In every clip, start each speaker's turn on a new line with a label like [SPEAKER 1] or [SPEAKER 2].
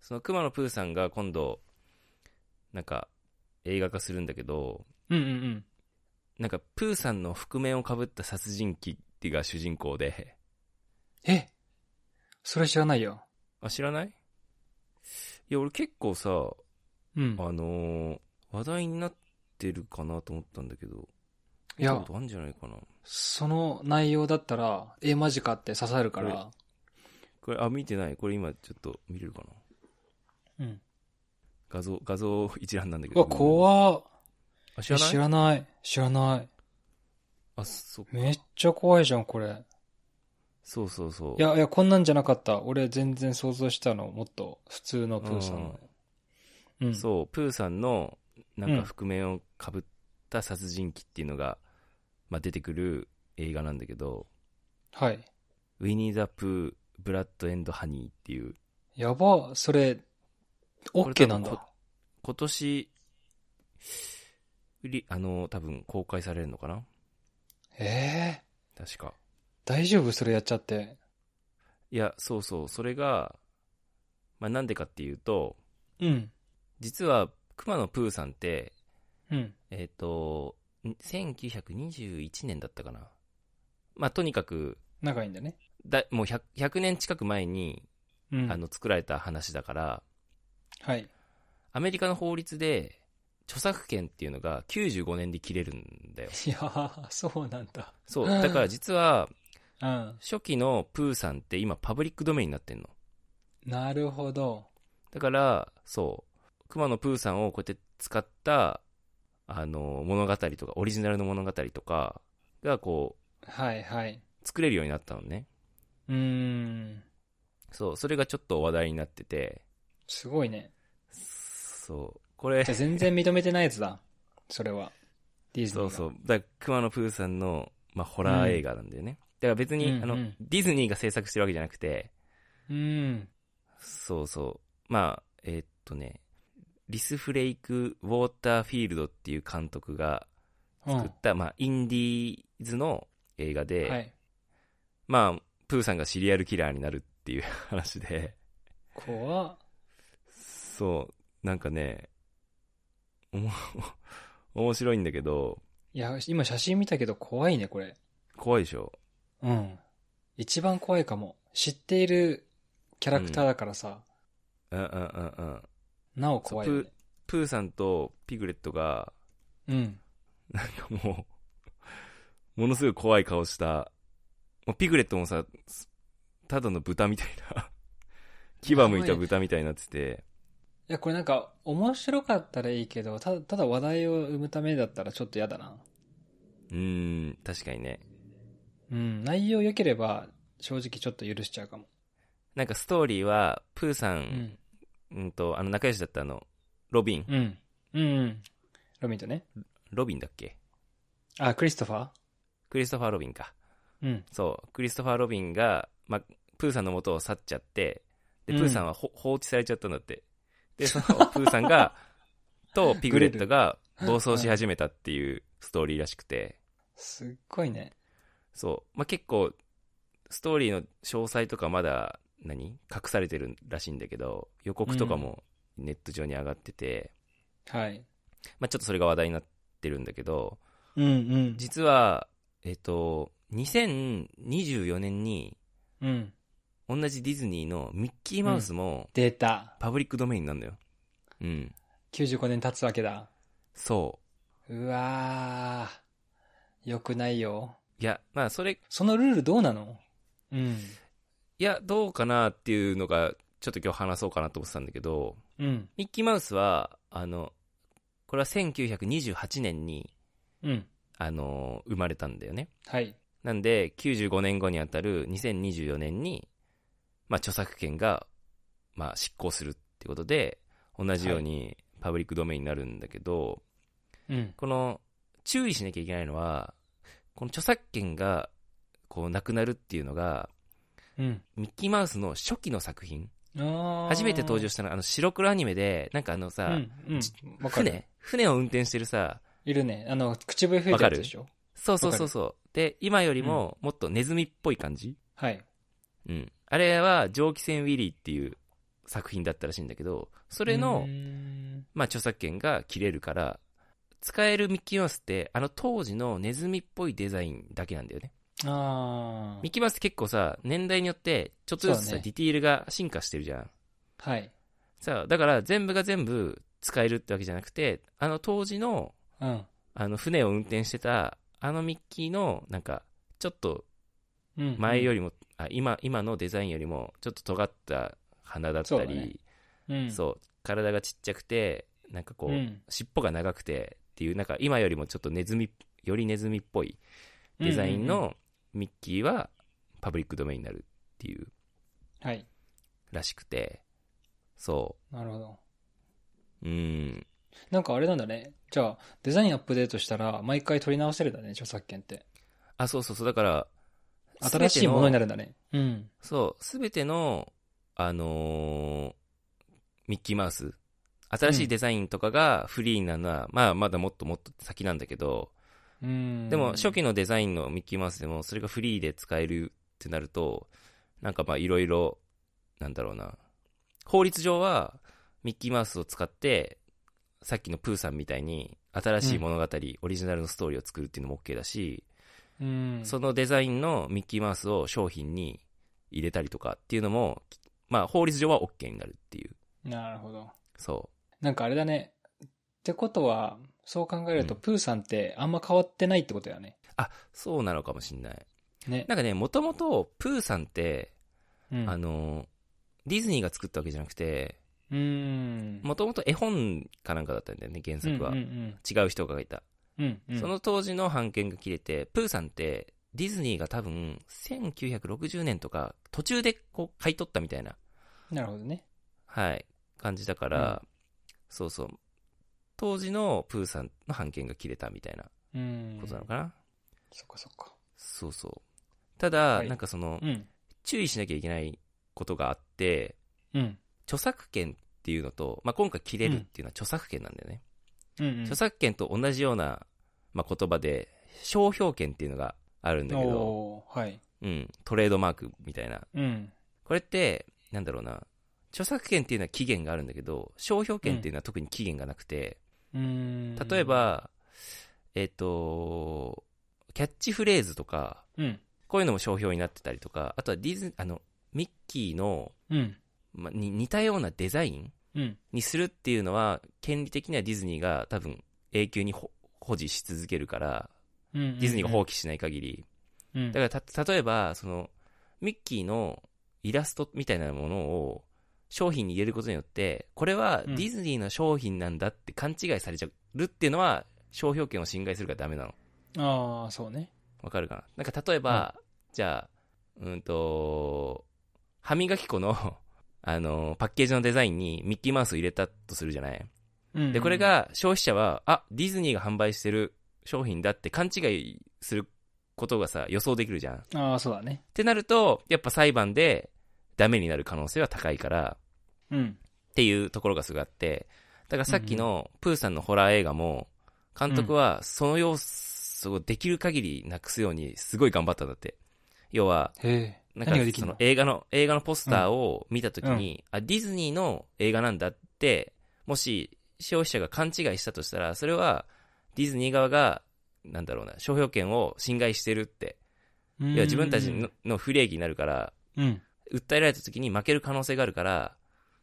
[SPEAKER 1] その熊野プーさんが今度、なんか、映画化するんだけど、
[SPEAKER 2] うんうんうん。
[SPEAKER 1] なんか、プーさんの覆面をかぶった殺人鬼っていうのが主人公で、
[SPEAKER 2] えそれ知らないよ。
[SPEAKER 1] あ、知らないいや、俺結構さ、
[SPEAKER 2] うん。
[SPEAKER 1] あのー話題になってるかなと思ったんだけど、
[SPEAKER 2] いや
[SPEAKER 1] 見たことあるんじゃないかな。
[SPEAKER 2] その内容だったら、え、マジかって刺さるから。
[SPEAKER 1] これ、あ、見てない。これ今ちょっと見れるかな。
[SPEAKER 2] うん。
[SPEAKER 1] 画像、画像一覧なんだけ
[SPEAKER 2] う
[SPEAKER 1] ど。
[SPEAKER 2] わ、怖っ。
[SPEAKER 1] あ、知
[SPEAKER 2] え
[SPEAKER 1] らない
[SPEAKER 2] 知らない。知らない。
[SPEAKER 1] あ、そ、
[SPEAKER 2] めっちゃ怖いじゃん、これ。
[SPEAKER 1] そうそうそう。
[SPEAKER 2] いや、いや、こんなんじゃなかった。俺全然想像したの、もっと普通のプーさんの。うん。
[SPEAKER 1] そう、プーさんの、なん
[SPEAKER 2] うん
[SPEAKER 1] か覆面をかぶった殺人鬼っていうのが、まあ、出てくる映画なんだけど、
[SPEAKER 2] はい。
[SPEAKER 1] ウィニー・ザ・プー、ブラッド・エンド・ハニーっていう、
[SPEAKER 2] やば、それ、オッケーなん
[SPEAKER 1] これ多分
[SPEAKER 2] だ。
[SPEAKER 1] 今年、リあの、多分公開されるのかな
[SPEAKER 2] ええ
[SPEAKER 1] 確か。
[SPEAKER 2] 大丈夫それやっちゃって。
[SPEAKER 1] いや、そうそう、それが、まあ、なんでかっていうと、
[SPEAKER 2] うん。
[SPEAKER 1] 実は、熊野プーさんって、
[SPEAKER 2] うん。
[SPEAKER 1] えっ、と、ん1921年だったかな。まあ、とにかく、
[SPEAKER 2] 仲いいんだね。
[SPEAKER 1] だもう 100, 100年近く前に、
[SPEAKER 2] うん。
[SPEAKER 1] あの作られた話だから、
[SPEAKER 2] はい。
[SPEAKER 1] アメリカの法律で、著作権っていうのが95年で切れるんだよ。
[SPEAKER 2] いやー、そうなんだ。
[SPEAKER 1] そう。だから実は、
[SPEAKER 2] うん。
[SPEAKER 1] 初期のプーさんって今パブリックドメインになってんの。
[SPEAKER 2] なるほど。
[SPEAKER 1] だから、そう。熊野プーさんをこうやって使った、あの、物語とか、オリジナルの物語とかが、こ
[SPEAKER 2] はいはい。
[SPEAKER 1] う、作れるようになったのね。
[SPEAKER 2] うーん。
[SPEAKER 1] そう。それがちょっと話題になってて、
[SPEAKER 2] すごいね。
[SPEAKER 1] そう。これ
[SPEAKER 2] じゃ、あ全然認めてないやつだ。それは。ディズニー
[SPEAKER 1] そう
[SPEAKER 2] が。
[SPEAKER 1] そう。だから熊野プーさんの、まあ、ホラー映画なんだよね。だから別に、
[SPEAKER 2] うんうん
[SPEAKER 1] あの、ディズニーが制作してるわけじゃなくて、
[SPEAKER 2] う。うん。
[SPEAKER 1] そうそう。まあ、えーっとね、リス・フレイク・ウォーターフィールドっていう監督が
[SPEAKER 2] うん。
[SPEAKER 1] 作った、まあ、インディーズの映画で、
[SPEAKER 2] はい。
[SPEAKER 1] まあ、プーさんがシリアルキラーになるっていう話で、
[SPEAKER 2] 怖っ。
[SPEAKER 1] そう、なんかね、おも 面白いんだけど、
[SPEAKER 2] いや、今写真見たけど怖いね、これ。
[SPEAKER 1] 怖いでしょ
[SPEAKER 2] うん。一番怖いかも。知っているキャラクターだからさ、
[SPEAKER 1] うんうんうんうん。
[SPEAKER 2] なお怖いよね、
[SPEAKER 1] プーさんとピグレットが、
[SPEAKER 2] うん。
[SPEAKER 1] なんかもう、ものすごい怖い顔した、もうピグレットもさ、ただの豚みたいな、牙むいた豚みたいになってて、
[SPEAKER 2] いや、これなんか、面白かったらいいけど、ただ、ただ話題を生むためだったらちょっと嫌だな。
[SPEAKER 1] うーん、確かにね。
[SPEAKER 2] うん。内容良ければ、正直ちょっと許しちゃうかも。
[SPEAKER 1] なんかストーリーは、プーさ、
[SPEAKER 2] うんん。
[SPEAKER 1] うんと、あの仲良しだったあの、ロビン、
[SPEAKER 2] うん。うん、うん。ロミンとね。
[SPEAKER 1] ロビンだっけ
[SPEAKER 2] あ、クリストファー
[SPEAKER 1] クリストファー・ロビンか。
[SPEAKER 2] うん。
[SPEAKER 1] そう、クリストファー・ロビンが、ま、プーさんの元を去っちゃって、で、
[SPEAKER 2] うん
[SPEAKER 1] プーさんはほ、放置されちゃったんだって。で、そのプーさん が、とピグレットが暴走し始めたっていうストーリーらしくて、
[SPEAKER 2] すっごいね。
[SPEAKER 1] そう、まあ、結構、ストーリーの詳細とかまだ、何隠されてるらしいんだけど、予告とかもネット上に上がってて、
[SPEAKER 2] はい。
[SPEAKER 1] まあ、ちょっとそれが話題になってるんだけど、
[SPEAKER 2] うんうん。
[SPEAKER 1] 実は、えっと、2024年に、
[SPEAKER 2] うん。
[SPEAKER 1] 同じディズニーのミッキーマウスも
[SPEAKER 2] 出た。
[SPEAKER 1] パブリックドメインなんだよ。うん。
[SPEAKER 2] 95年経つわけだ。
[SPEAKER 1] そう
[SPEAKER 2] わー。良くないよ。
[SPEAKER 1] う。いや、まあそれ、
[SPEAKER 2] そのルールどうなのうん。
[SPEAKER 1] いや、どうかなっていうのが、ちょっと今日話そうかなと思ってたんだけど、
[SPEAKER 2] うん。
[SPEAKER 1] ミッキーマウスは、あの、これは1928年に、
[SPEAKER 2] うん。
[SPEAKER 1] あの、生まれたんだよね。
[SPEAKER 2] はい。
[SPEAKER 1] なんで、95年後にあたる2024年に、まあ著作権が、まあ執行するってことで、同じようにパブリックドメインになるんだけど、
[SPEAKER 2] うん。
[SPEAKER 1] この注意しなきゃいけないのはこの著作権がこうなくなるっていうのが
[SPEAKER 2] うん。
[SPEAKER 1] ミッキーマウスの初期の作品
[SPEAKER 2] あ
[SPEAKER 1] 初めて登場
[SPEAKER 2] し
[SPEAKER 1] したのがあの白黒アニメでなんかあの
[SPEAKER 2] たう
[SPEAKER 1] さ、
[SPEAKER 2] ん。うん。わかる。
[SPEAKER 1] 船船を運転してるさ
[SPEAKER 2] いるね。あの、口笛吹いてるやつでしょ
[SPEAKER 1] そうそうそうそうで今よりももっとネズミっぽい感じ
[SPEAKER 2] はい。
[SPEAKER 1] うんあれは蒸気船ウィリーっていう作品だったらしいんだけど、それの
[SPEAKER 2] う、ーん
[SPEAKER 1] まあ、著作権が切れるから、使えるミッキーマウスって、あの当時のネズミっぽいデザインだけなんだよね。
[SPEAKER 2] あ
[SPEAKER 1] ミッキーマウスって結構さ、年代によって、ちょっとずつ
[SPEAKER 2] そう
[SPEAKER 1] さ、
[SPEAKER 2] ね
[SPEAKER 1] ディティールが進化してるじゃん。
[SPEAKER 2] あ。はい。
[SPEAKER 1] さあ、だから全部が全部使えるってわけじゃなくて、あの当時の、
[SPEAKER 2] うん。
[SPEAKER 1] あの船を運転してた、あのミッキーの、なんか、ちょっと
[SPEAKER 2] うん。
[SPEAKER 1] 前よ
[SPEAKER 2] り。
[SPEAKER 1] りも、あ今、今のデザインよりも、ちょっと尖った鼻だった
[SPEAKER 2] そうだね
[SPEAKER 1] り、
[SPEAKER 2] うん。
[SPEAKER 1] そう、体がちっちゃくて、なんかこう、
[SPEAKER 2] うん
[SPEAKER 1] 尻尾が長くてっていう、なんか今よりもちょっとネズミ、よりネズミっぽいデザイン
[SPEAKER 2] うんうんうん
[SPEAKER 1] のミッキーはパブリックドメインになるっていう
[SPEAKER 2] はい。
[SPEAKER 1] らしくて、そ
[SPEAKER 2] なるほど。
[SPEAKER 1] う、うん、
[SPEAKER 2] なんかあれなんだね。じゃあ、デザインアップデートしたら、毎回取り直せるんだね、著作権って。
[SPEAKER 1] あ、そうそうそう、だから、
[SPEAKER 2] 新しいものにな
[SPEAKER 1] る。
[SPEAKER 2] るんだね。うん。
[SPEAKER 1] そう、すべての、あのーミッキーマウス、新しいデザインとかがフリーになるのは、まあ、まだもっともっと先なんだけど、
[SPEAKER 2] うん。
[SPEAKER 1] でも初期のデザインのミッキーマウスでもそれがフリーで使えるってなるとなんかまあいろいろなんだろうな法律上はミッキーマウスを使ってさっきのプーさんみたいに新しい物語、オリジナルのストーリーを作るっていうのも OK だし、
[SPEAKER 2] うん。
[SPEAKER 1] そのデザインのミッキーマウスを商品に入れたりとかっていうのもまあ法律上は OK になるっていう
[SPEAKER 2] なるほど。
[SPEAKER 1] そ
[SPEAKER 2] なんかあれだね。ってことは、そう考えると、
[SPEAKER 1] うん
[SPEAKER 2] プーさんってあんま変わってないってことだよね。
[SPEAKER 1] うあそうなのかもしんない
[SPEAKER 2] ね。
[SPEAKER 1] なんかねもともとプーさんって、
[SPEAKER 2] うん
[SPEAKER 1] あのディズニーが作ったわけじゃなくて
[SPEAKER 2] うん。
[SPEAKER 1] もともと絵本かなんかだったんだよね、原作は。
[SPEAKER 2] うんうん
[SPEAKER 1] 違う人がいた。
[SPEAKER 2] うん。うんうん
[SPEAKER 1] その当時の版権が切れて、プーさんって、ディズニーが多分、1960年とか、途中でこう、買い取ったみたいな、
[SPEAKER 2] なるほどね。
[SPEAKER 1] はい、感じだから、そうそう。当時のプーさんの版権が切れたみたいな
[SPEAKER 2] うん。
[SPEAKER 1] ことなのかな。
[SPEAKER 2] そっかそっか。
[SPEAKER 1] そうそう。ただ、
[SPEAKER 2] はい
[SPEAKER 1] なんかその
[SPEAKER 2] う、ん。
[SPEAKER 1] 注意しなきゃいけないことがあって、
[SPEAKER 2] うん。
[SPEAKER 1] 著作権っていうのと、まあ、今回切れるっていうのは著作権なんだよね。
[SPEAKER 2] うんうん。
[SPEAKER 1] 著作権と同じような、まあ、言葉で商標権っていうのがあるんだけど、
[SPEAKER 2] おーはい。
[SPEAKER 1] うん、トレードマークみたいな
[SPEAKER 2] うん。
[SPEAKER 1] これってなんだろうな著作権っていうのは期限があるんだけど商標権っていうのは特に期限がなくて、
[SPEAKER 2] うん。
[SPEAKER 1] 例え、ばえっ、とキャッチフレーズとか
[SPEAKER 2] うん。
[SPEAKER 1] こういうのも商標になってたりとかあとはディズあのミッキーの、
[SPEAKER 2] うん。
[SPEAKER 1] まあ、に似たようなデザイン
[SPEAKER 2] うん。
[SPEAKER 1] にするっていうのは権利的にはディズニーが多分永久にほ保持し続けるから
[SPEAKER 2] デ
[SPEAKER 1] ディズニーが放棄しない限り。
[SPEAKER 2] うん。
[SPEAKER 1] だからた、例えば、その、ミッキーのイラストみたいなものを商品に入れることによって、これは
[SPEAKER 2] う
[SPEAKER 1] デ
[SPEAKER 2] ん
[SPEAKER 1] ィズニーの商品なんだって勘違いされちゃうっていうのは、商標権を侵害するからダメなの。
[SPEAKER 2] ああ、そうね。
[SPEAKER 1] わかるかななんか例えば、じゃあ、うんと、歯磨き粉の、 あの、パッケージのデザインにミッキーマウスを入れたとするじゃない
[SPEAKER 2] うん
[SPEAKER 1] で、これ、が消費者は、あ、ディズニーが販売してる商品だって勘違いすることがさ、予想できるじゃん。っ
[SPEAKER 2] ああ、そうだね。
[SPEAKER 1] てなると、やっぱ裁判でダメになる可能性は高いから、
[SPEAKER 2] うん。
[SPEAKER 1] っていうところがすごいあって、だからさっきのプーさんのホラー映画も、監督はその要素をできる限りなくすようにすごい頑張ったんだって。要は、
[SPEAKER 2] へえ。
[SPEAKER 1] なん
[SPEAKER 2] 何がで
[SPEAKER 1] か
[SPEAKER 2] き
[SPEAKER 1] その
[SPEAKER 2] るの
[SPEAKER 1] 映画の、映画のポスターを見たときに、あ、ディズニーの映画なんだって、もし消費者が勘違いしたとしたら、それはディズニー側が、なんだろうな、商標権を侵害してるって。いや、自分たちのの不利益になるから、
[SPEAKER 2] うん。
[SPEAKER 1] 訴えられたときに負ける可能性があるから、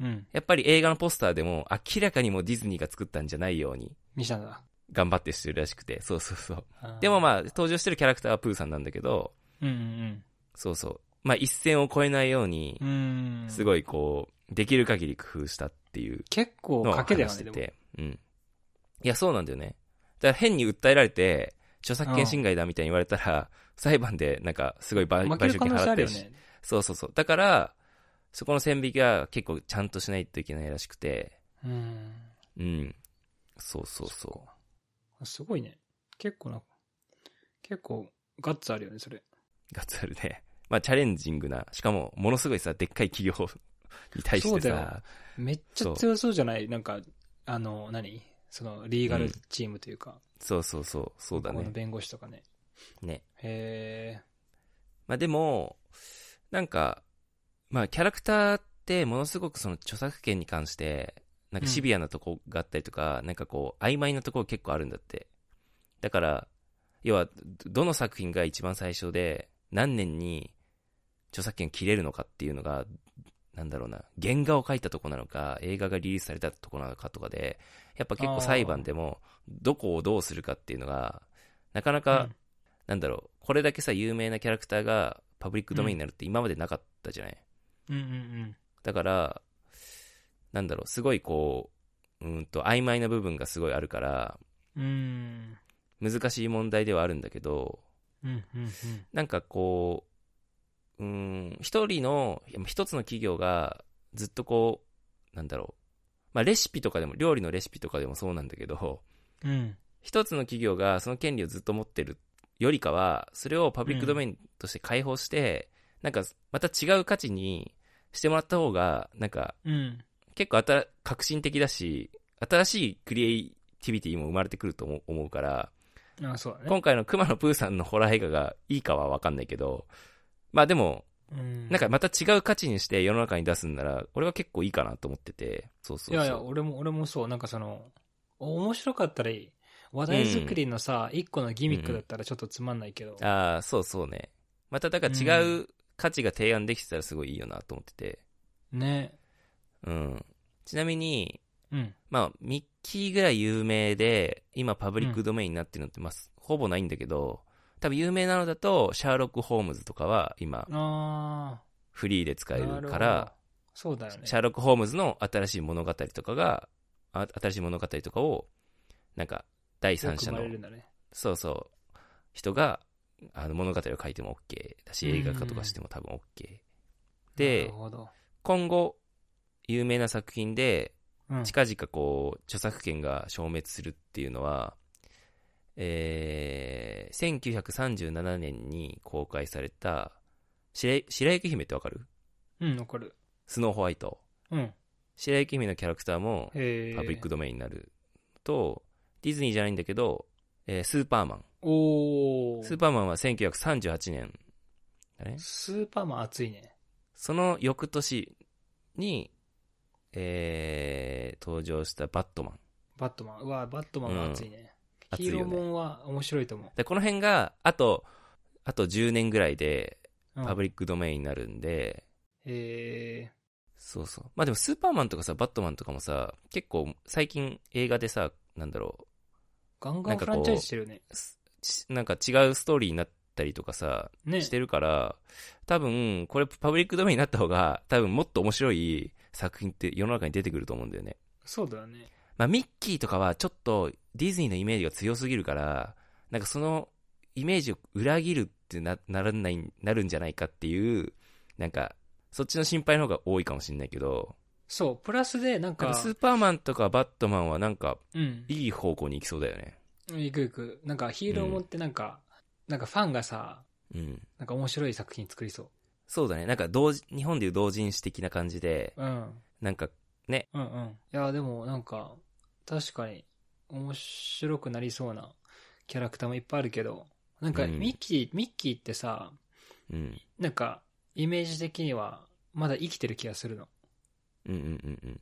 [SPEAKER 2] うん。
[SPEAKER 1] やっぱり映画のポスターでも明らかにもうディズニーが作ったんじゃないように
[SPEAKER 2] にしたんだ。
[SPEAKER 1] 頑張ってしてるらしくて、そうそうそう。でもまあ、登場してるキャラクターはプーさんなんだけど、
[SPEAKER 2] あー、うん
[SPEAKER 1] そうそう。まあ一線を越えないように
[SPEAKER 2] うんう、ん。うん。
[SPEAKER 1] す
[SPEAKER 2] い。
[SPEAKER 1] ごいこう、できる限り工夫したっていう
[SPEAKER 2] 結構
[SPEAKER 1] のを
[SPEAKER 2] 賭けだよ
[SPEAKER 1] 話し
[SPEAKER 2] ね、
[SPEAKER 1] て
[SPEAKER 2] でも。
[SPEAKER 1] て。うん。いや、そうなんだよね。だから変に訴えられて、著作権侵害だみたいに言われたら、裁判でなんかすごいば賠
[SPEAKER 2] 負ける
[SPEAKER 1] 償
[SPEAKER 2] 可
[SPEAKER 1] 金
[SPEAKER 2] 能
[SPEAKER 1] 払
[SPEAKER 2] 性あ
[SPEAKER 1] った
[SPEAKER 2] る
[SPEAKER 1] り
[SPEAKER 2] よ
[SPEAKER 1] し、
[SPEAKER 2] ね。
[SPEAKER 1] そうそうそう。だから、そこの線引きは結構ちゃんとしないといけないらしくて、
[SPEAKER 2] うん。
[SPEAKER 1] うん。そうそうそう。
[SPEAKER 2] すごいね。結構な、結構ガッツあるよね、それ。
[SPEAKER 1] ガッツあるね。 まあチャレンジングな、しかもものすごいさ、でっかい企業に対して
[SPEAKER 2] そうだよ
[SPEAKER 1] さ、
[SPEAKER 2] めっちゃ強そうじゃないなんか、あの、何その、リーガルチームというか、
[SPEAKER 1] そうそうそう、そうだ
[SPEAKER 2] この
[SPEAKER 1] ね。
[SPEAKER 2] 弁護士とかね。
[SPEAKER 1] ね。
[SPEAKER 2] へえ。
[SPEAKER 1] まあでも、なんか、まあキャラクターってものすごくその著作権に関してなんかシビアなとこがあったりとか、なんかこう曖昧なとこ結構あるんだってだから要はどの作品が一番最初で何年に著作権切れるのかっていうのがなんだろうな原画を描いたとこなのか映画がリリースされたとこなのかとかでやっぱ結構裁判でもどこをどうするかっていうのがなかなか、
[SPEAKER 2] うん
[SPEAKER 1] なんだろうこれだけさ有名なキャラクターがパブリックドメインになるって今までなかったじゃない、
[SPEAKER 2] うんうん
[SPEAKER 1] だから、なんだろう、すごいこう、うーんと、曖昧な部分がすごいあるから、
[SPEAKER 2] うん。うん。
[SPEAKER 1] 難しい問題ではあるんだけど、
[SPEAKER 2] うんうん
[SPEAKER 1] なんかこう、うーん、一人の、いや一つの企業がずっとこう、なんだろう、まあレシピとかでも、料理のレシピとかでもそうなんだけど、
[SPEAKER 2] うん。うん。
[SPEAKER 1] 一つの企業がその権利をずっと持ってるよりかは、それをパブリックドメインとして開放して、なんかまた違う価値にしてもらった方が、なんか
[SPEAKER 2] うん。
[SPEAKER 1] 結構あた革新的だし新しいクリエイティビティも生まれてくると思う思うから
[SPEAKER 2] ああ、そうだね。
[SPEAKER 1] 今回の熊野プーさんのホラー映画がいいかは分かんないけどまあでも
[SPEAKER 2] うん。
[SPEAKER 1] なんかまた違う価値にして世の中に出すんなら俺は結構いいかなと思っててそうそうそう
[SPEAKER 2] いやいや、俺も、俺もそう、なんかその、面白かったらいい。話題作りのさ、一個のギミックだったらちょっとつまんないけど。
[SPEAKER 1] ああそうそうねまただから
[SPEAKER 2] う
[SPEAKER 1] 違う価値が提案できてたらすごいいいよなと思ってて
[SPEAKER 2] ね。
[SPEAKER 1] うんちなみに
[SPEAKER 2] うん。
[SPEAKER 1] まあミッキーぐらい有名で今パブリックドメインになってるのってます、ほぼないんだけど多分有名なのだとシャーロック・ホームズとかは今
[SPEAKER 2] あ
[SPEAKER 1] フリーで使
[SPEAKER 2] あ。
[SPEAKER 1] え
[SPEAKER 2] な
[SPEAKER 1] る
[SPEAKER 2] る
[SPEAKER 1] か
[SPEAKER 2] ほ
[SPEAKER 1] ら
[SPEAKER 2] ど。そうだよね。
[SPEAKER 1] シャーロック・ホームズの新しい物語とかがあ新しい物語とかをなんか第三者
[SPEAKER 2] よく生ま
[SPEAKER 1] の
[SPEAKER 2] れるんだね。
[SPEAKER 1] そうそう人があの物語を書いても OK だし
[SPEAKER 2] うん
[SPEAKER 1] 映画化とかしても多分 OK で
[SPEAKER 2] なるほど。
[SPEAKER 1] 今後有名な作品で
[SPEAKER 2] うん。
[SPEAKER 1] 近々こう著作権が消滅するっていうのは、えー、1937年に公開された白「白雪姫」ってわかる
[SPEAKER 2] うん、わかる。
[SPEAKER 1] スノーホワイト
[SPEAKER 2] うん。へ
[SPEAKER 1] 白雪姫のキャラクターも
[SPEAKER 2] え。
[SPEAKER 1] パブリックドメインになると、ディズニーじゃないんだけど、えースーパーマン
[SPEAKER 2] おー。
[SPEAKER 1] スーパーマンは1938年だね
[SPEAKER 2] スーパーマン熱いね。
[SPEAKER 1] その翌年に、えー登場したバットマン
[SPEAKER 2] バットマン。うわ、バットマンが熱いね。
[SPEAKER 1] うん
[SPEAKER 2] ヒーロー
[SPEAKER 1] 熱いよね
[SPEAKER 2] もんは面白いと思
[SPEAKER 1] でこの辺があとあと10年ぐらいで
[SPEAKER 2] う。
[SPEAKER 1] パブ
[SPEAKER 2] リ
[SPEAKER 1] リックドメインになるんで、
[SPEAKER 2] へえ。
[SPEAKER 1] そうそうまあでもスーパーマンとかさバットマンとかもさ結構最近映画でさなんだろ
[SPEAKER 2] ガンガンフランチャイズしてるよね。
[SPEAKER 1] うすちなんか違うストーリーになったりとかさ
[SPEAKER 2] ね。
[SPEAKER 1] してるから多分これパブリックドメインになった方が多分もっと面白い作品って世の中に出てくると思うんだよね
[SPEAKER 2] そうだよね。
[SPEAKER 1] まあミッキーとかはちょっとディズニーのイメージが強すぎるからなんかそのイメージを裏切るってなならないなるんじゃないかっていうなんかそっちの心配の方が多いかもしれないけど
[SPEAKER 2] そう、プラスで、なん
[SPEAKER 1] なん
[SPEAKER 2] か
[SPEAKER 1] か、スーパーマンとかバットマンはなんか
[SPEAKER 2] うん。
[SPEAKER 1] いい方向に行きそうだよね
[SPEAKER 2] 行く行く。なんかヒーローもんってなんか、なんかファンがさ、
[SPEAKER 1] うん
[SPEAKER 2] なんか面白い作品作りそ
[SPEAKER 1] そうだねなんか同時日本でいう同人誌的な感じで
[SPEAKER 2] う。うん。
[SPEAKER 1] なんか
[SPEAKER 2] うんうん。いや、でもなんか、確かに面白くなりそうなキャラクターもいっぱいあるけど、なんか
[SPEAKER 1] うん
[SPEAKER 2] ミッキー、ミッキーってさ、
[SPEAKER 1] うん
[SPEAKER 2] なんかイメージ的にはまだ生きてる気がするの。
[SPEAKER 1] うんうんうんうん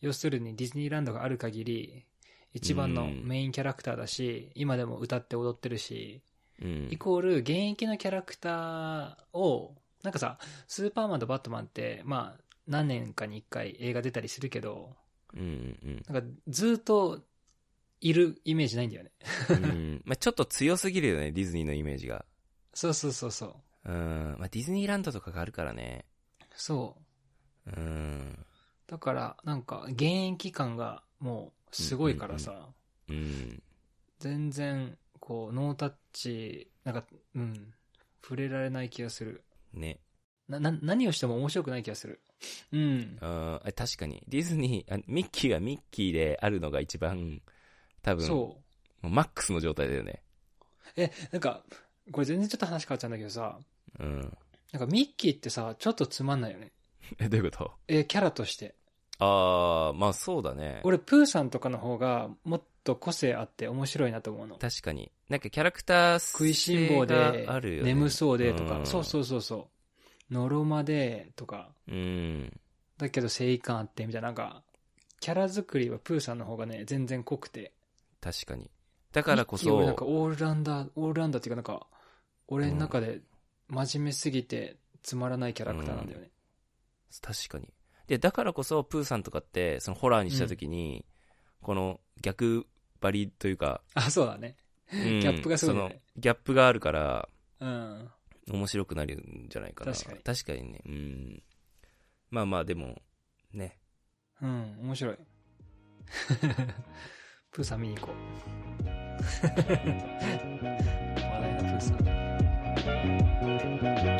[SPEAKER 2] 要するにディズニーランドがある限り、一番のメインキャラクターだし、今でも歌って踊ってるし、
[SPEAKER 1] うん
[SPEAKER 2] イコール現役のキャラクターを、なんかさ、スーパーマンとバットマンって、まあ、何年かに一回映画出たりするけど、
[SPEAKER 1] うんうん
[SPEAKER 2] なんかずっといるイメージないんだよね。
[SPEAKER 1] うんうんまあちょっと強すぎるよねディズニーのイメージが
[SPEAKER 2] そうそうそうそう。
[SPEAKER 1] うん、まあ、ディズニーランドとかがあるからね
[SPEAKER 2] そう。
[SPEAKER 1] うん
[SPEAKER 2] だから、なんか現役感がもうすごいからさ、
[SPEAKER 1] うん
[SPEAKER 2] 全然、こう、ノータッチ、なんか、うん、触れられない気がする。
[SPEAKER 1] ね
[SPEAKER 2] な、な、何をしても面白くない気がする。うん。
[SPEAKER 1] あー確かにディズニーあミッキーがミッキーであるのが一番多分も
[SPEAKER 2] そう。
[SPEAKER 1] うマックスの状態だよね
[SPEAKER 2] え、なんか、これ全然ちょっと話変わっちゃうんだけどさ、
[SPEAKER 1] うん
[SPEAKER 2] なんかミッキーってさ、ちょっとつまんないよね。
[SPEAKER 1] えどういうこと
[SPEAKER 2] え、キャラとして。
[SPEAKER 1] ああまあそうだね
[SPEAKER 2] 俺、プーさんとかの方がもっと個性あって面白いなと思うの。
[SPEAKER 1] 確かになんかキャラクター
[SPEAKER 2] 食いしん坊
[SPEAKER 1] 性
[SPEAKER 2] で
[SPEAKER 1] がある、よね
[SPEAKER 2] 眠そうでとか、
[SPEAKER 1] ん
[SPEAKER 2] そうそうそうそう。のろまでとか、
[SPEAKER 1] うん
[SPEAKER 2] だけど正義感あってみたいな、なんか、キャラ作りはプーさんの方がね、全然濃くて。
[SPEAKER 1] 確かに。だからこ
[SPEAKER 2] 一気に俺なんか
[SPEAKER 1] そ、
[SPEAKER 2] オールラウンダー、オールラウンダーっていうかなんか、俺の中で真面目すぎてつまらないキャラクターなんだよね。
[SPEAKER 1] 確かに。で、だからこそ、プーさんとかって、そのホラーにしたときに、この逆張りというか、
[SPEAKER 2] あ、そうだね。
[SPEAKER 1] ギ
[SPEAKER 2] ギャップがすごいね
[SPEAKER 1] ギャップがあるから、
[SPEAKER 2] うん。
[SPEAKER 1] 面白くなるんじゃないかな。
[SPEAKER 2] 確かに
[SPEAKER 1] ね。うん。まあまあ、でも、ね。
[SPEAKER 2] うん、面白い。 プーさん見に行こ う。話題のプーさん。